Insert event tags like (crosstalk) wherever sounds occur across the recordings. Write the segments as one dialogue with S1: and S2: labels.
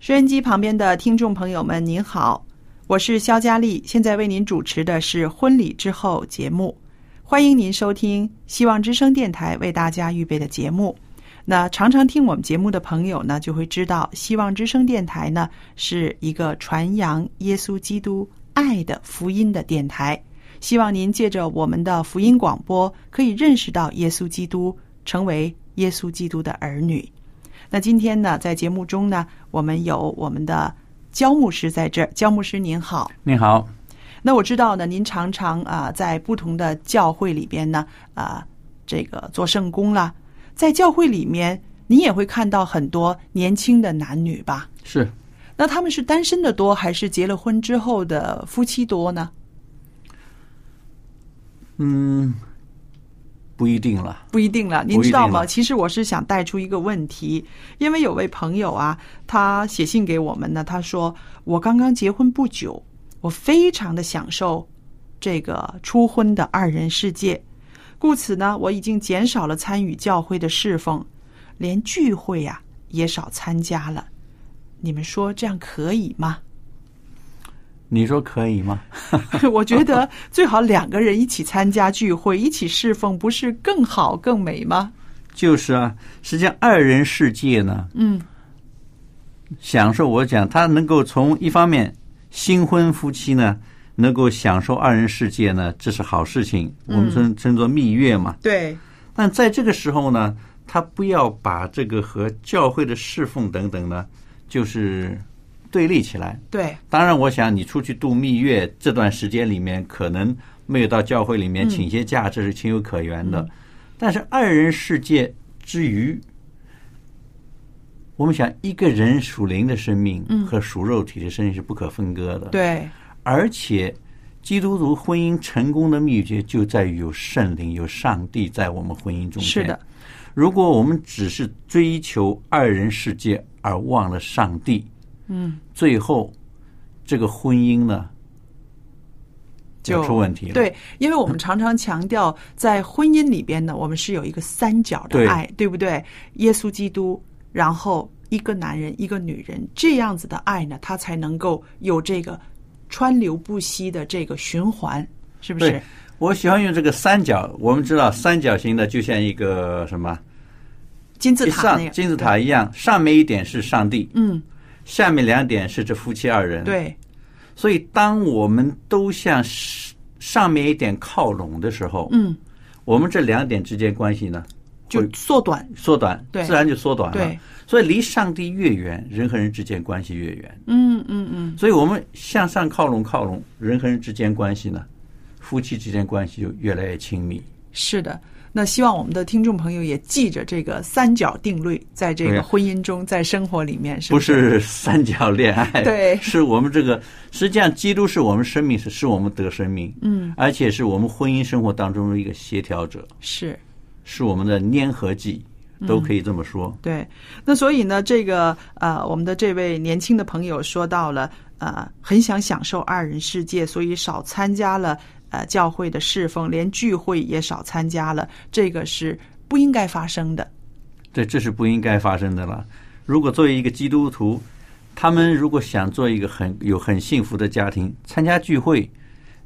S1: 收音机旁边的听众朋友们，您好，我是肖佳丽，现在为您主持的是《婚礼之后》节目，欢迎您收听希望之声电台为大家预备的节目。那常常听我们节目的朋友呢，就会知道希望之声电台呢是一个传扬耶稣基督爱的福音的电台。希望您借着我们的福音广播，可以认识到耶稣基督，成为耶稣基督的儿女。那今天呢，在节目中呢，我们有我们的焦牧师在这儿。焦牧师您好，
S2: 你好，
S1: 那我知道呢，您常常啊、在不同的教会里边呢啊、这个做圣工啦，在教会里面，你也会看到很多年轻的男女吧？
S2: 是
S1: 那他们是单身的多，还是结了婚之后的夫妻多呢？
S2: 嗯，不一定了。
S1: 不一定了，您
S2: 不一
S1: 知
S2: 定
S1: 道吗？
S2: 了
S1: 其实我是想带出一个问题，因为有位朋友啊，他写信给我们呢，他说我刚刚结婚不久，我非常的享受这个初婚的二人世界，故此呢，我已经减少了参与教会的侍奉，连聚会呀、也少参加了。你们说这样可以吗？ (laughs)
S2: 你说可以吗？
S1: 我觉得最好两个人一起参加聚会，一起侍奉，不是更好更美吗？
S2: 就是啊，实际上二人世界呢，
S1: 嗯，
S2: 享受我讲，他能够从一方面，新婚夫妻呢能够享受二人世界呢，这是好事情，我们称称作蜜月嘛。
S1: 对，
S2: 但在这个时候呢，他不要把这个和教会的侍奉等等呢，就是对立起来。
S1: 对，
S2: 当然，我想你出去度蜜月这段时间里面，可能没有到教会里面请些假，这是情有可原的。但是二人世界之余，我们想一个人属灵的生命和属肉体的生命是不可分割的。，
S1: 对，
S2: 而且基督徒婚姻成功的秘诀就在于有圣灵、有上帝在我们婚姻中间。
S1: 是的。
S2: 如果我们只是追求二人世界而忘了上帝，嗯，最后这个婚姻呢
S1: 就
S2: 出问题了。，
S1: 对，因为我们常常强调，在婚姻里边呢，我们是有一个三角的
S2: 对
S1: 爱，对不对？耶稣基督，然后一个男人，一个女人，这样子的爱呢，它才能够有这个川流不息的这个循环，是不是
S2: 对？我喜欢用这个三角。我们知道三角形的就像一个什么
S1: 金字
S2: 一
S1: 塔
S2: 上
S1: 那个
S2: 金字塔，一样，上面一点是上帝，
S1: 嗯，
S2: 下面两点是这夫妻二人。，
S1: 对，
S2: 所以当我们都向上上面一点靠拢的时候，
S1: 嗯，
S2: 我们这两点之间关系呢
S1: 就
S2: 会
S1: 缩短，
S2: 缩短，
S1: 对
S2: 自然就缩短了。
S1: 对，
S2: 所以离上帝越远，人和人之间关系越远。
S1: 嗯嗯嗯，
S2: 所以我们向上靠拢靠拢，人和人之间关系呢，夫妻之间关系就越来越亲密。
S1: 是的。那希望我们的听众朋友也记着这个三角定律，在这
S2: 对
S1: 个婚姻中，在生活里面，是
S2: 不
S1: 是？
S2: 是三角恋爱，
S1: (laughs) 对
S2: 是我们这个实际上基督是我们生命，是是我们得生命，嗯，而且是我们婚姻生活当中的一个协调者，
S1: 是
S2: 是我们的粘合剂，都可以这么说。
S1: 对，那所以呢，这个呃，我们的这位年轻的朋友说到了，呃，很想享受二人世界，所以少参加了呃教会的侍奉，连聚会也少参加了，这个是不应该发生的。
S2: 对，这是不应该发生的了。如果作为一个基督徒，他们如果想做一个很有很幸福的家庭，参加聚会，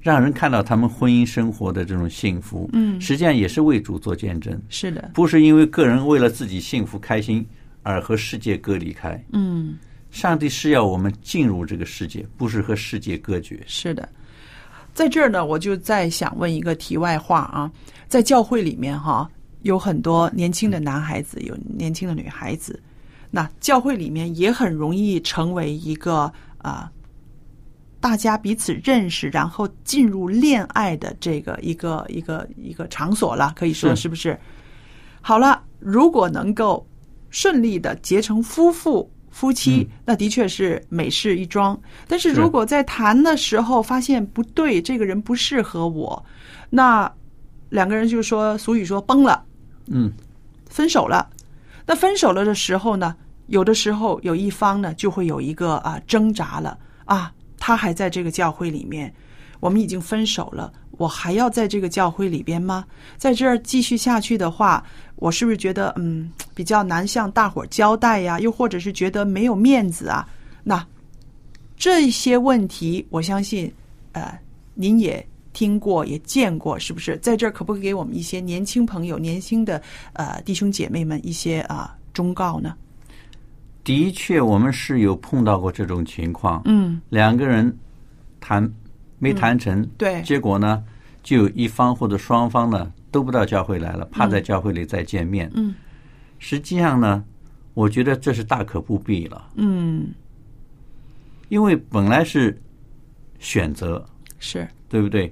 S2: 让人看到他们婚姻生活的这种幸福，嗯，实际上也是为主做见证，
S1: 是的，
S2: 不是因为个人为了自己幸福开心而和世界隔离开。
S1: 嗯，
S2: 上帝是要我们进入这个世界，不是和世界隔绝。
S1: 是的。在这儿呢，我就再想问一个题外话啊，在教会里面哈，有很多年轻的男孩子，有年轻的女孩子，那教会里面也很容易成为一个啊、大家彼此认识，然后进入恋爱的这个一个一个一个场所了，可以说
S2: 是
S1: 是不是？好了，如果能够顺利的结成夫妇夫妻，那的确是美事一桩。但是
S2: 是
S1: 如果在谈的时候发现不对，这个人不适合我，那两个人就说俗语说崩了，
S2: 嗯，
S1: 分手了。那分手了的时候呢，有的时候有一方呢就会有一个啊挣扎了啊，他还在这个教会里面，我们已经分手了，我还要在这个教会里边吗？在这儿继续下去的话，我是不是觉得嗯比较难向大伙儿交代呀？又或者是觉得没有面子啊？那这些问题，我相信呃您也听过也见过，是不是？在这儿可不可以给我们一些年轻朋友、年轻的呃弟兄姐妹们一些啊、忠告呢？
S2: 的确，我们是有碰到过这种情况。
S1: 嗯，
S2: 两个人谈没谈成，
S1: 对
S2: 结果呢，就有一方或者双方呢都不到教会来了，怕在教会里再见面。
S1: 嗯，
S2: 实际上呢，我觉得这是大可不必了，
S1: 嗯，
S2: 因为本来是选择，
S1: 是
S2: 对不对？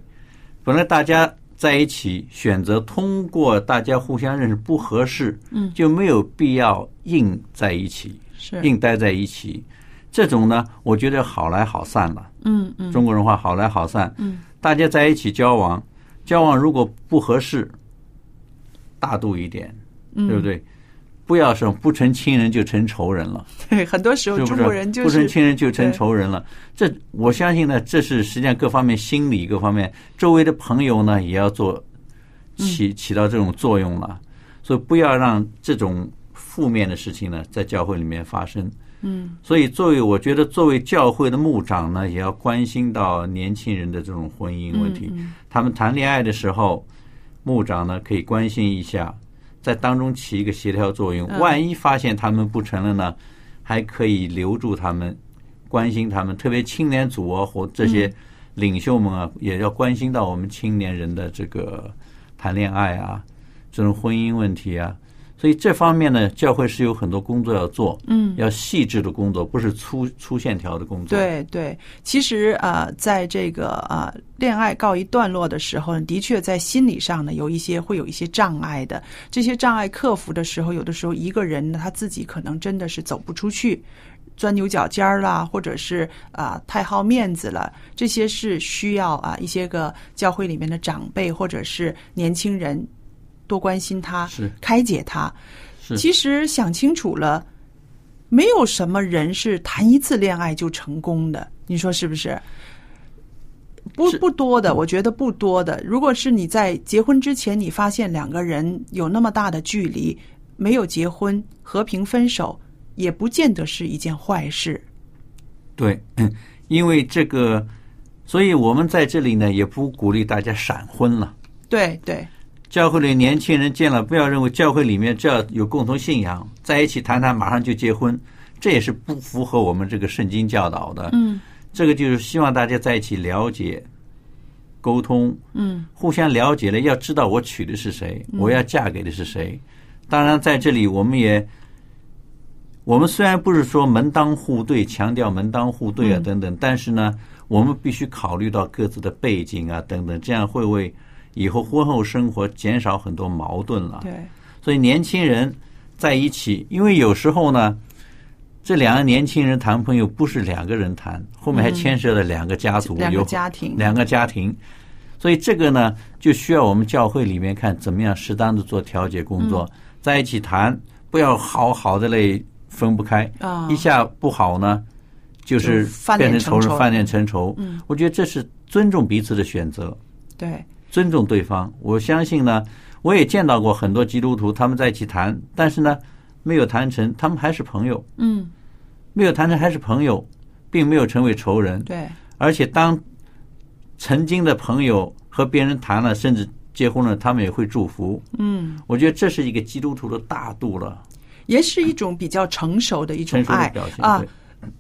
S2: 本来大家在一起选择，通过大家互相认识不合适，嗯，就没有必要硬在一起。
S1: 是，
S2: 硬待在一起。这种呢，我觉得好来好散了。
S1: 嗯嗯
S2: 中国人话好来好散。嗯，大家在一起交往，交往如果不合适，大度一点，对不对？不要说不成亲人就成仇人了，
S1: 对，嗯很多时候
S2: 是不
S1: 中
S2: 是？
S1: 国人就
S2: 不成
S1: 是
S2: 亲人就成
S1: 对
S2: 仇人了。这我相信呢，这是实际上各方面心理各方面，周围的朋友呢也要做
S1: 嗯
S2: 起起到这种作用了。所以不要让这种负面的事情呢在教会里面发生。
S1: 嗯，
S2: 所以，作为我觉得作为教会的牧长呢，也要关心到年轻人的这种婚姻问题。
S1: 嗯
S2: 他们谈恋爱的时候，牧长呢可以关心一下，在当中起一个协调作用。万一发现他们不成了呢，还可以留住他们，关心他们。特别青年组啊或这些领袖们啊，也要关心到我们青年人的这个谈恋爱啊，这种婚姻问题啊。所以这方面呢，教会是有很多工作要做，嗯，要细致的工作，不是粗粗线条的工作。，
S1: 对对，其实呃，在这个呃恋爱告一段落的时候，的确在心理上呢有一些会有一些障碍的。这些障碍克服的时候，有的时候一个人呢他自己可能真的是走不出去，钻牛角尖儿啦，或者是啊、太好面子了，这些是需要啊、一些个教会里面的长辈或者是年轻人多关心他，
S2: 是
S1: 开解他。
S2: 是
S1: 其实想清楚了，没有什么人是谈一次恋爱就成功的，你说是不是？不
S2: 是嗯
S1: 不多的，我觉得不多的。如果是你在结婚之前，你发现两个人有那么大的距离，没有结婚，和平分手，也不见得是一件坏事。
S2: 对，因为这个，所以我们在这里呢，也不鼓励大家闪婚了。
S1: 对对，
S2: 教会里年轻人见了，不要认为教会里面只要有共同信仰，在一起谈谈，马上就结婚，这也是不符合我们这个圣经教导的。嗯，这个就是希望大家在一起了解、沟通，嗯，互相了解了，要知道我娶的是谁，我要嫁给的是谁。当然，在这里我们也，我们虽然不是说门当户对，强调门当户对啊等等，但是呢，我们必须考虑到各自的背景啊等等，这样会为以后婚后生活减少很多矛盾了。
S1: 对，
S2: 所以年轻人在一起，因为有时候呢，这两个年轻人谈朋友不是两个人谈，后面还牵涉了两个家族、
S1: 嗯两
S2: 有
S1: 个家庭，
S2: 两个家庭，
S1: 嗯
S2: 所以这个呢，就需要我们教会里面看怎么样适当的做调解工作，在一起谈，不要好好的嘞分不开，
S1: 啊
S2: 一下不好呢，就是
S1: 就翻
S2: 变
S1: 脸
S2: 成仇
S1: 成
S2: 人，
S1: 仇
S2: 翻脸成仇。
S1: 嗯，
S2: 我觉得这是尊重彼此的选择，
S1: 对，
S2: 尊重对方。我相信呢，我也见到过很多基督徒，他们在一起谈，但是呢，没有谈成，他们还是朋友，
S1: 嗯，
S2: 没有谈成还是朋友，并没有成为仇人。
S1: 对，
S2: 而且当曾经的朋友和别人谈了，甚至结婚了，他们也会祝福。嗯
S1: 嗯，
S2: 我觉得这是一个基督徒的大度了，
S1: 也是一种比较成熟的一种
S2: 成熟
S1: 爱
S2: 的表现。
S1: 啊
S2: 对。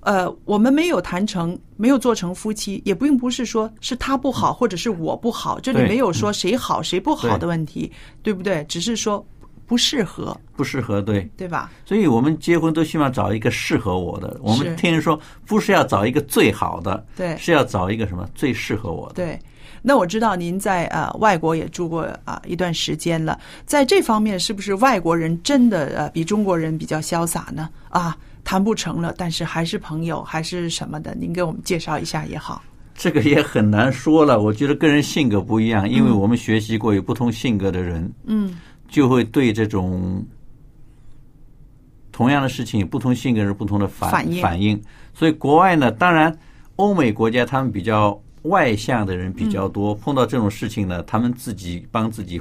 S1: 呃，我们没有谈成，没有做成夫妻，也并不是说是他不好或者是我不好，这里
S2: 对
S1: 没有说谁好谁不好
S2: 对
S1: 的问题，对不对？只是说不适合，
S2: 不适合对，
S1: 对吧？
S2: 所以我们结婚都希望找一个适合我的。我们听人说，不是要找一个最好的，
S1: 对
S2: 是要找一个什么最适合我的。
S1: 对。那我知道您在呃外国也住过啊、一段时间了，在这方面是不是外国人真的呃比中国人比较潇洒呢？啊，谈不成了，但是还是朋友，还是什么的，您给我们介绍一下也好。
S2: 这个也很难说了，我觉得跟人性格不一样，因为我们学习过有不同性格的人，
S1: 嗯，
S2: 就会对这种同样的事情，不同性格人不同的反
S1: 反应
S2: 所以国外呢，当然欧美国家他们比较外向的人比较
S1: 嗯
S2: 多，碰到这种事情呢，他们自己帮自己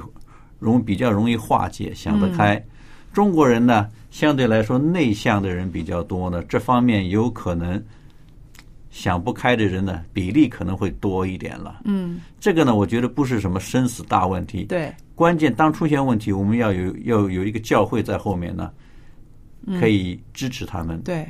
S2: 容比较容易化解，想得开。
S1: 嗯
S2: 中国人呢，相对来说内向的人比较多呢，这方面有可能想不开的人呢，比例可能会多一点了。
S1: 嗯，
S2: 这个呢，我觉得不是什么生死大问题，
S1: 对，
S2: 关键当出现问题，我们要有要有一个教会在后面呢，
S1: 嗯
S2: 可以支持他们、
S1: 对，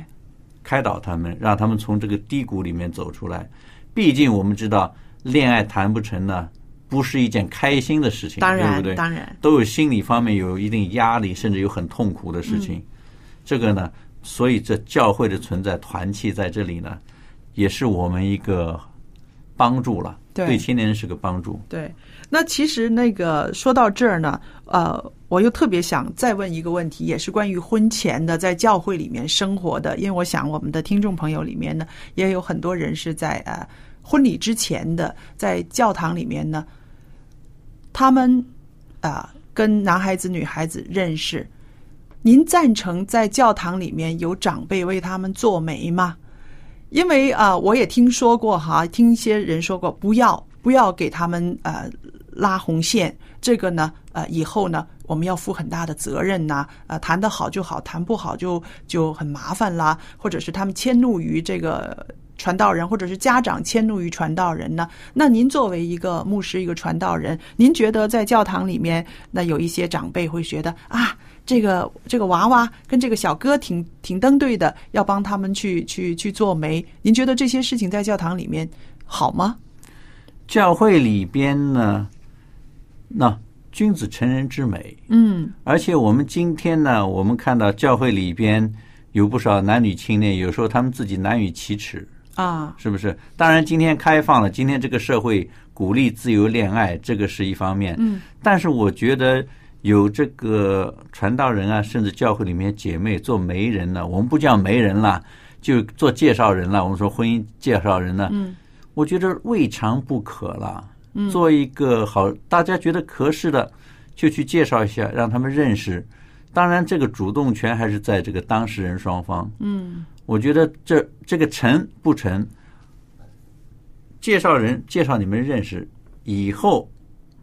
S2: 开导他们，让他们从这个低谷里面走出来。毕竟我们知道，恋爱谈不成呢，不是一件开心的事情，
S1: 当
S2: 对
S1: 然，
S2: 不对？
S1: 当然，
S2: 都有心理方面有一定压力，甚至有很痛苦的事情。
S1: 嗯
S2: 这个呢，所以这教会的存在、团契在这里呢，也是我们一个帮助了，
S1: 对
S2: 青年人是个帮助。
S1: 对，那其实那个说到这儿呢，呃，我又特别想再问一个问题，也是关于婚前的在教会里面生活的，因为我想我们的听众朋友里面呢，也有很多人是在呃婚礼之前的在教堂里面呢，他们啊、呃跟男孩子、女孩子认识。您赞成在教堂里面有长辈为他们做媒吗？因为啊、呃我也听说过哈，听一些人说过，不要不要给他们呃拉红线，这个呢呃以后呢我们要负很大的责任呐、呃谈得好就好，谈不好就就很麻烦啦，或者是他们迁怒于这个传道人，或者是家长迁怒于传道人呢？那您作为一个牧师，一个传道人，您觉得在教堂里面，那有一些长辈会觉得啊，这个这个娃娃跟这个小哥挺挺登对的，要帮他们去去去做媒。您觉得这些事情在教堂里面好吗？
S2: 教会里边呢，那君子成人之美，
S1: 嗯，
S2: 而且我们今天呢，我们看到教会里边有不少男女青年，有时候他们自己难以启齿，
S1: 啊，
S2: 是不是？当然，今天开放了，今天这个社会鼓励自由恋爱，这个是一方面。嗯，但是我觉得有这个传道人啊，甚至教会里面姐妹做媒人呢，我们不叫媒人啦，就做介绍人了。我们说婚姻介绍人呢，嗯，我觉得未尝不可啦。嗯，做一个好，大家觉得合适的，就去介绍一下，让他们认识。当然，这个主动权还是在这个当事人双方。
S1: 嗯
S2: 我觉得这这个成不成，介绍人介绍你们认识以后，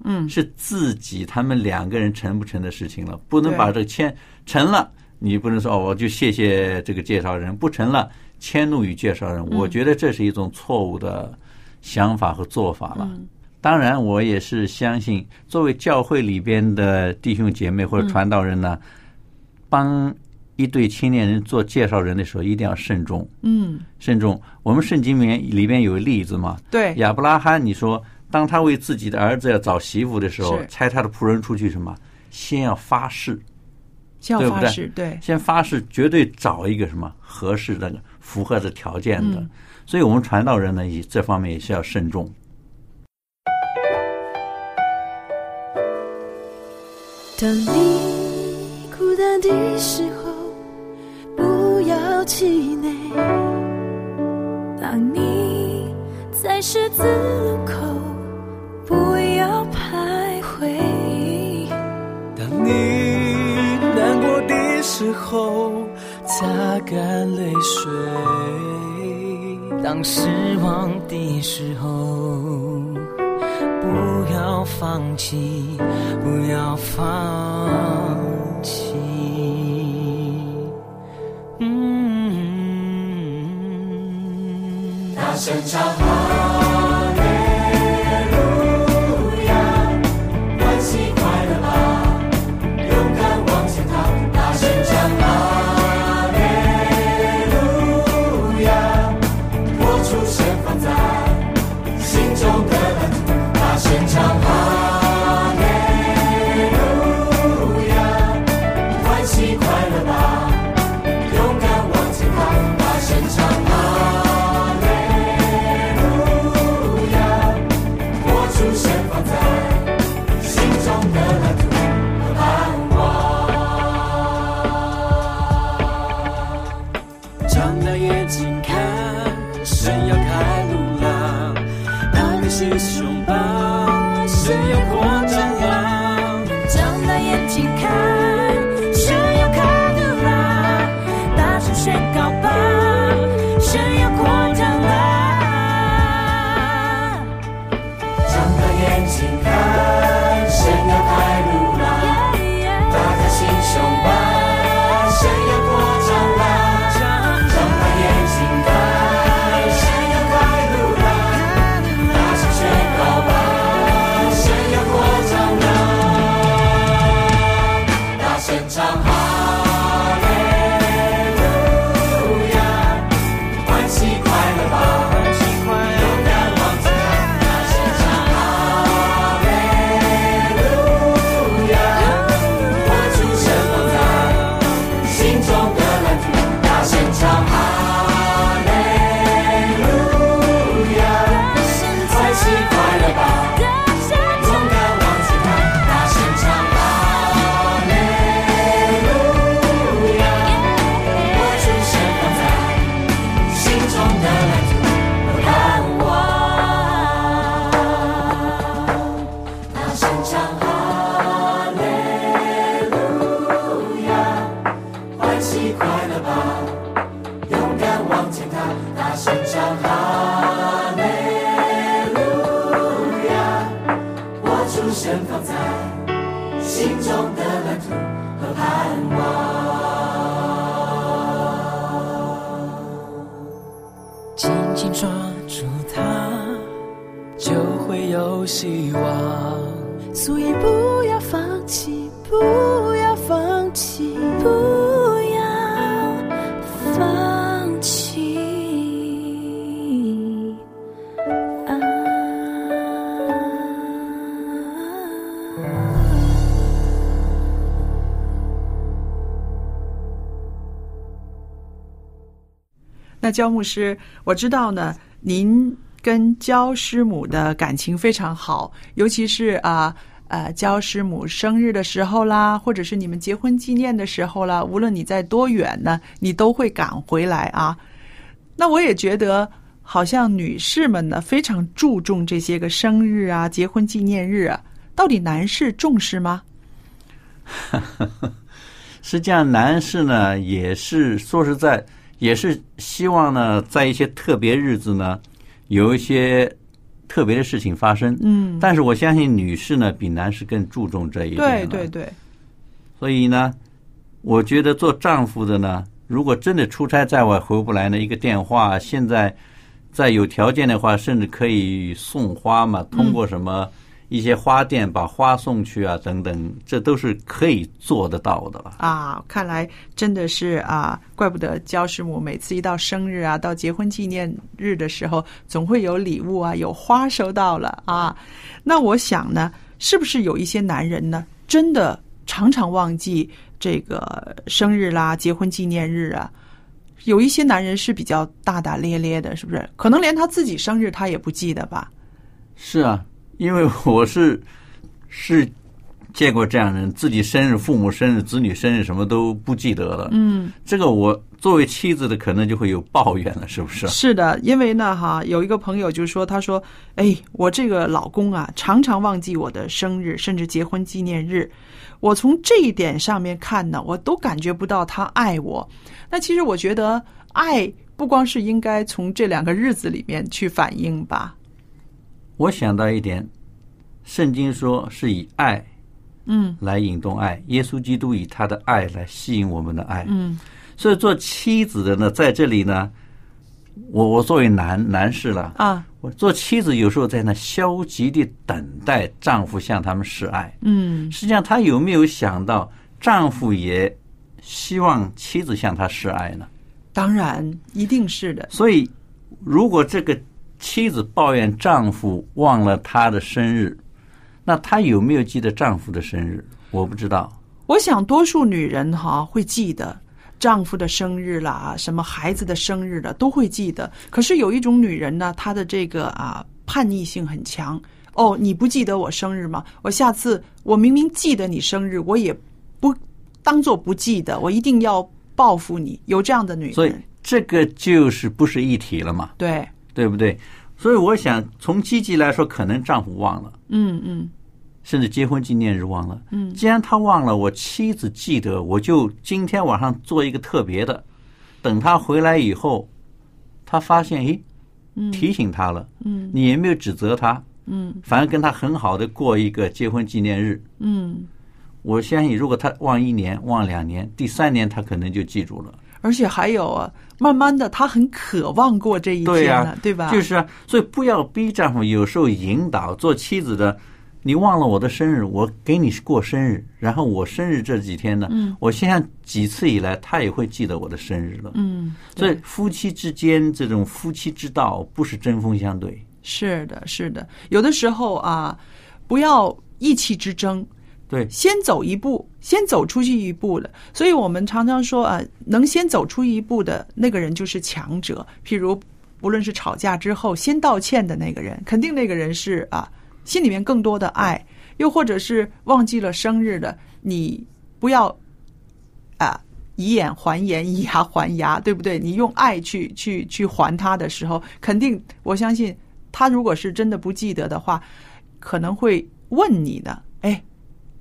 S2: 嗯，是自己他们两个人成不成的事情了，不能
S1: 对
S2: 把这个签成了，你不能说哦，我就谢谢这个介绍人，不成了迁怒于介绍人，我觉得这是一种错误的想法和做法了。当然，我也是相信，作为教会里边的弟兄姐妹或者传道人呢，帮一对青年人做介绍人的时候，一定要慎重。
S1: 嗯，
S2: 慎重。我们圣经里面里边有例子嘛，
S1: 对，
S2: 亚伯拉罕，你说当他为自己的儿子要找媳妇的时候
S1: 是，
S2: 差他的仆人出去什么？先要发誓，
S1: 先
S2: 对
S1: 要
S2: 不
S1: 发
S2: 对
S1: 誓，对，
S2: 先发誓绝对找一个什么合适的、符合的条件的。
S1: 嗯
S2: 所以，我们传道人呢，以这方面也是要慎重。
S3: 当你孤单的时候，不要气馁；当你在十字路口，不要徘徊。
S4: 当你难时候擦干泪水。当失望的时候，不要放弃，不要放弃。嗯。张大眼睛看，神要开路啦！打开心胸吧，神要扩张啦！
S3: 张大眼睛看，神要开路啦！大声宣告吧，神要扩张啦！
S4: 张大眼睛看，神要开路啦！打开心胸吧，神要扩张啦！张大眼睛看，神要开路啦！大声宣告吧，神要扩张啦！大声唱哈利路亚，欢喜快乐吧！勇敢往前看，大声唱哈利路亚，活出神放在心中的蓝图，大声唱哈利路亚，欢喜快乐吧。勇敢往前看，大声唱哈利路亚，活出神放在心中的蓝图和盼望。大声唱哈利路亚，欢喜快乐吧，勇敢往前踏，大声唱哈利路亚。我出神放在心中的蓝图和盼望。紧紧抓住它，就会有希望。
S3: 所以不要放弃，不要放弃，不要放弃。啊！
S1: 那焦牧师，我知道呢，您跟焦师母的感情非常好，尤其是啊呃焦师母生日的时候啦，或者是你们结婚纪念的时候啦，无论你在多远呢，你都会赶回来啊。那我也觉得，好像女士们呢非常注重这些个生日啊、结婚纪念日啊，到底男士重视吗？
S2: 实际上，男士呢也是说实在，也是希望呢，在一些特别日子呢，有一些特别的事情发生。嗯，但是我相信女士呢，比男士更注重这一点。
S1: 对对。对，
S2: 所以呢，我觉得做丈夫的呢，如果真的出差在外回不来呢，一个电话，现在在有条件的话，甚至可以送花嘛，通过什么一些花店把花送去啊，等等，这都是可以做得到的了。
S1: 啊，看来真的是啊，怪不得焦师母每次一到生日啊，到结婚纪念日的时候，总会有礼物啊，有花收到了啊。那我想呢，是不是有一些男人呢，真的常常忘记这个生日啦、结婚纪念日啊？有一些男人是比较大大咧咧的，是不是？可能连他自己生日他也不记得吧？
S2: 是啊，因为我是是见过这样的人，自己生日、父母生日、子女生日什么都不记得了。嗯，这个我作为妻子的可能就会有抱怨了，是不是？
S1: 是的，因为呢，哈，有一个朋友就说，他说，哎，我这个老公啊，常常忘记我的生日，甚至结婚纪念日。我从这一点上面看呢，我都感觉不到他爱我。那其实我觉得，爱不光是应该从这两个日子里面去反映吧。
S2: 我想到一点，圣经说是以爱，嗯，来引动爱。耶稣基督以他的爱来吸引我们的爱，嗯。所以做妻子的呢，在这里呢，我我作为男男士了
S1: 啊，
S2: 我做妻子有时候在那消极的等待丈夫向他们示爱，
S1: 嗯，
S2: 实际上她有没有想到丈夫也希望妻子向他示爱呢？
S1: 当然一定是的。
S2: 所以，如果这个妻子抱怨丈夫忘了她的生日，那她有没有记得丈夫的生日？我不知道。
S1: 我想多数女人哈、会记得丈夫的生日啦，什么孩子的生日了都会记得。可是有一种女人呢，她的这个啊叛逆性很强。哦，你不记得我生日吗？我下次我明明记得你生日，我也不当做不记得，我一定要报复你。有这样的女
S2: 所以
S1: 人，
S2: 这个就是不是一体了嘛，
S1: 对，
S2: 对不对？所以我想，从积极来说，可能丈夫忘了，
S1: 嗯嗯，
S2: 甚至结婚纪念日忘了。嗯，既然他忘了，我妻子记得，我就今天晚上做一个特别的，等他回来以后，他发现，诶，提醒他了，嗯，你也没有指责他，嗯，反而跟他很好的过一个结婚纪念日，嗯，我相信，如果他忘一年、忘两年，第三年他可能就记住了。
S1: 而且还有啊，慢慢的她很渴望过这一
S2: 对
S1: 天
S2: 呀、
S1: 了，对吧？
S2: 就是啊，所以不要逼丈夫，有时候引导做妻子的，你忘了我的生日，我给你过生日，然后我生日这几天呢，
S1: 嗯
S2: 我想想几次以来，他也会记得我的生日了。
S1: 嗯，
S2: 所以夫妻之间这种夫妻之道不是针锋相对，
S1: 是的，是的，有的时候啊，不要意气之争，
S2: 对，
S1: 先走一步，先走出去一步了。所以我们常常说啊，能先走出一步的那个人就是强者。譬如，无论是吵架之后先道歉的那个人，肯定那个人是啊，心里面更多的爱。又或者是忘记了生日的，你不要啊，以眼还眼，以牙还牙，对不对？你用爱去去去还他的时候，肯定我相信他如果是真的不记得的话，可能会问你的，哎。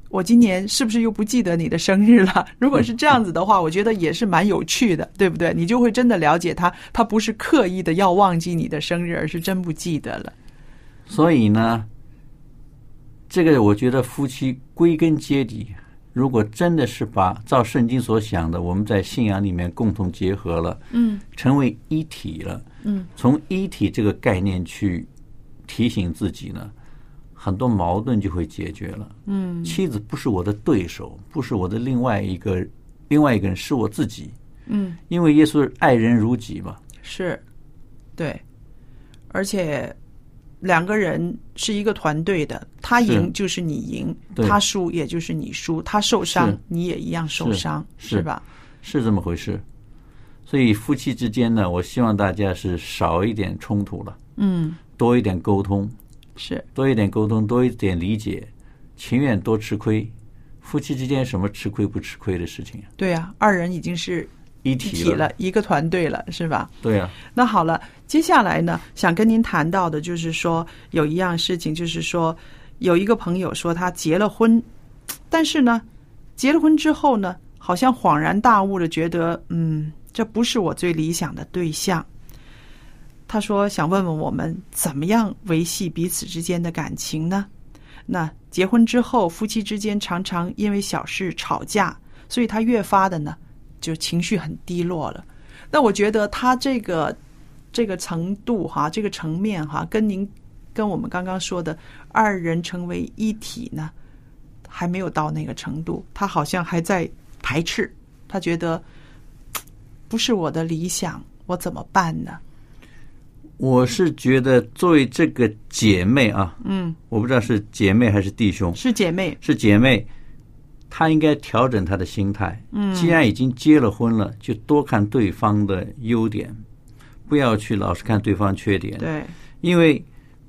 S1: 我今年是不是又不记得你的生日了？ (laughs) 如果是这样子的话，我觉得也是蛮有趣的，对不对？你就会真的了解他，他不是刻意的要忘记你的生日，而是真不记得了。
S2: 所以呢，这个我觉得夫妻归根结底，如果真的是把照圣经所想的，我们在信仰里面共同结合了，嗯，成为一体了，嗯，从一体这个概念去提醒自己呢，很多矛盾就会解决了。嗯，妻子不是我的对手，不是我的另外一个另外一个人，是我自己。嗯，因为耶稣爱人如己嘛，
S1: 是，对，而且两个人是一个团队的，他赢就是你赢，
S2: 对
S1: 他输也就是你输，他受伤
S2: 是
S1: 你也一样受伤，
S2: 是
S1: 是吧？
S2: 是这么回事。所以夫妻之间呢，我希望大家是少一点冲突了，
S1: 嗯，
S2: 多一点沟通，
S1: 是
S2: 多一点沟通，多一点理解，情愿多吃亏。夫妻之间什么吃亏不吃亏的事情啊？
S1: 对啊，二人已经是
S2: 一
S1: 一
S2: 体
S1: 体了，一个团队了，是吧？
S2: 对啊，
S1: 那好了，接下来呢，想跟您谈到的就是说，有一样事情，就是说，有一个朋友说他结了婚，但是呢，结了婚之后呢，好像恍然大悟的觉得，嗯，这不是我最理想的对象。他说想问问我们怎么样维系彼此之间的感情呢？那结婚之后，夫妻之间常常因为小事吵架，所以他越发的呢，就情绪很低落了。那我觉得他这个这个程度哈、这个层面哈、跟您跟我们刚刚说的二人成为一体呢，还没有到那个程度，他好像还在排斥，他觉得嘖不是我的理想，我怎么办呢？
S2: 我是觉得作为这个姐妹啊，
S1: 嗯，
S2: 我不知道是姐妹还是弟兄，
S1: 是姐妹，
S2: 是姐妹，她应该调整她的心态。嗯，既然已经结了婚了，就多看对方的优点，不要去老是看对方缺点。，
S1: 对，
S2: 因为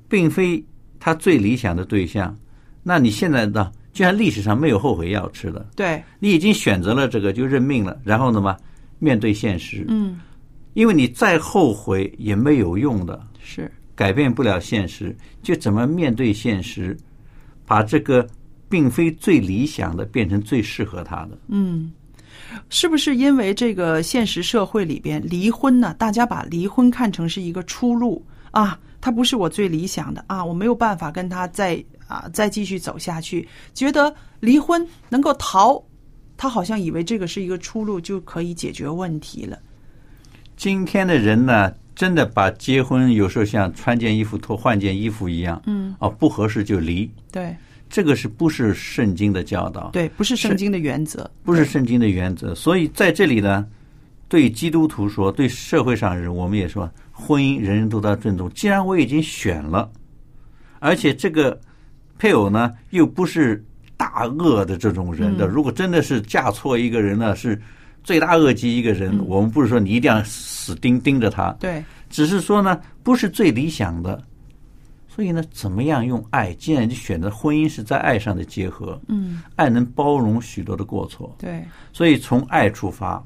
S2: 并非他最理想的对象。那你现在呢？就像历史上没有后悔药吃的，
S1: 对，
S2: 你已经选择了这个就认命了，然后呢嘛，面对现实，嗯，因为你再后悔也没有用的，
S1: 是
S2: 改变不了现实，就怎么面对现实，把这个并非最理想的变成最适合他的。
S1: 是不是因为这个现实社会里边离婚呢？大家把离婚看成是一个出路啊，它不是我最理想的啊，我没有办法跟他再啊再继续走下去，觉得离婚能够逃，他好像以为这个是一个出路就可以解决问题了。
S2: 今天的人呢，真的把结婚有时候像穿件衣服脱换件衣服一样，嗯，哦，不合适就离，
S1: 对
S2: 这个是不是圣经的教导？
S1: 对，不是圣经的原则。
S2: 不是圣经的原则。所以在这里呢，对基督徒说，对社会上人，我们也说，婚姻人人都要尊重。既然我已经选了，而且这个配偶呢又不是大恶的这种人的，如果真的是嫁错一个人呢，是罪大恶极一个人，我们不是说你一定要死盯盯着他，
S1: 对，
S2: 只是说呢，不是最理想的。所以呢，怎么样用爱？既然你选择婚姻是在爱上的结合，嗯，爱能包容许多的过错，
S1: 对，
S2: 所以从爱出发，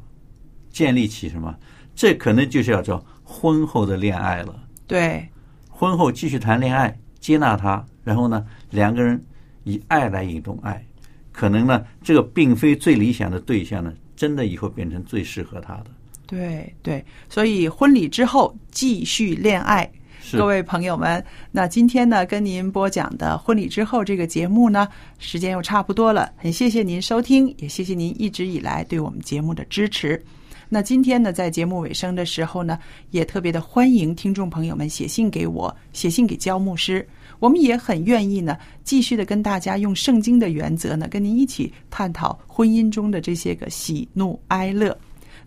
S2: 建立起什么？这可能就是要叫婚后的恋爱了。
S1: 对，
S2: 婚后继续谈恋爱，接纳他，然后呢，两个人以爱来引动爱，可能呢，这个并非最理想的对象呢，真的以后变成最适合他的。
S1: 对对，所以婚礼之后继续恋爱。
S2: 是
S1: 各位朋友们，那今天呢，跟您播讲的《婚礼之后》这个节目呢，时间又差不多了，很谢谢您收听，也谢谢您一直以来对我们节目的支持。那今天呢，在节目尾声的时候呢，也特别的欢迎听众朋友们写信给我，写信给焦牧师，我们也很愿意呢，继续的跟大家用圣经的原则呢，跟您一起探讨婚姻中的这些个喜怒哀乐。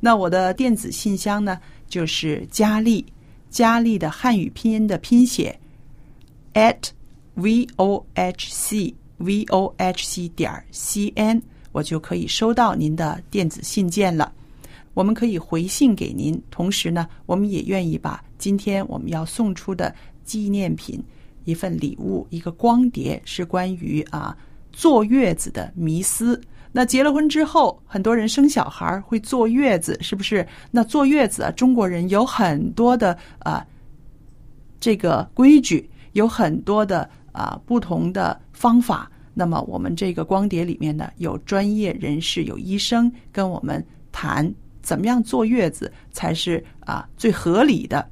S1: 那我的电子信箱呢，就是佳丽，佳丽的汉语拼音的拼写 at v o h c v o h c 点 c n，我就可以收到您的电子信件了。我们可以回信给您，同时呢，我们也愿意把今天我们要送出的纪念品、一份礼物、一个光碟，是关于啊坐月子的迷思。那结了婚之后，很多人生小孩儿会坐月子，是不是？那坐月子啊，中国人有很多的啊这个规矩，有很多的啊、不同的方法。那么我们这个光碟里面呢，有专业人士，有医生跟我们谈怎么样坐月子才是啊、最合理的。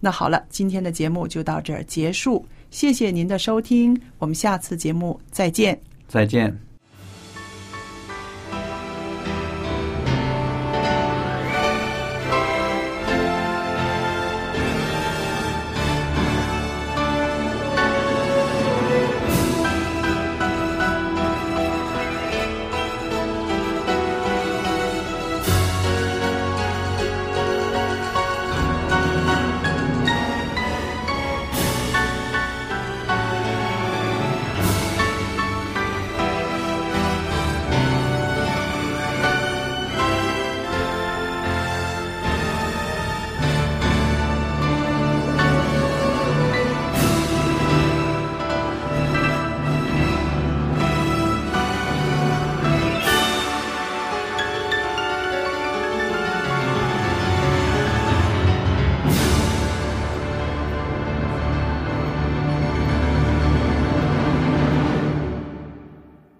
S1: 那好了，今天的节目就到这儿结束，谢谢您的收听，我们下次节目再见。
S2: 再见。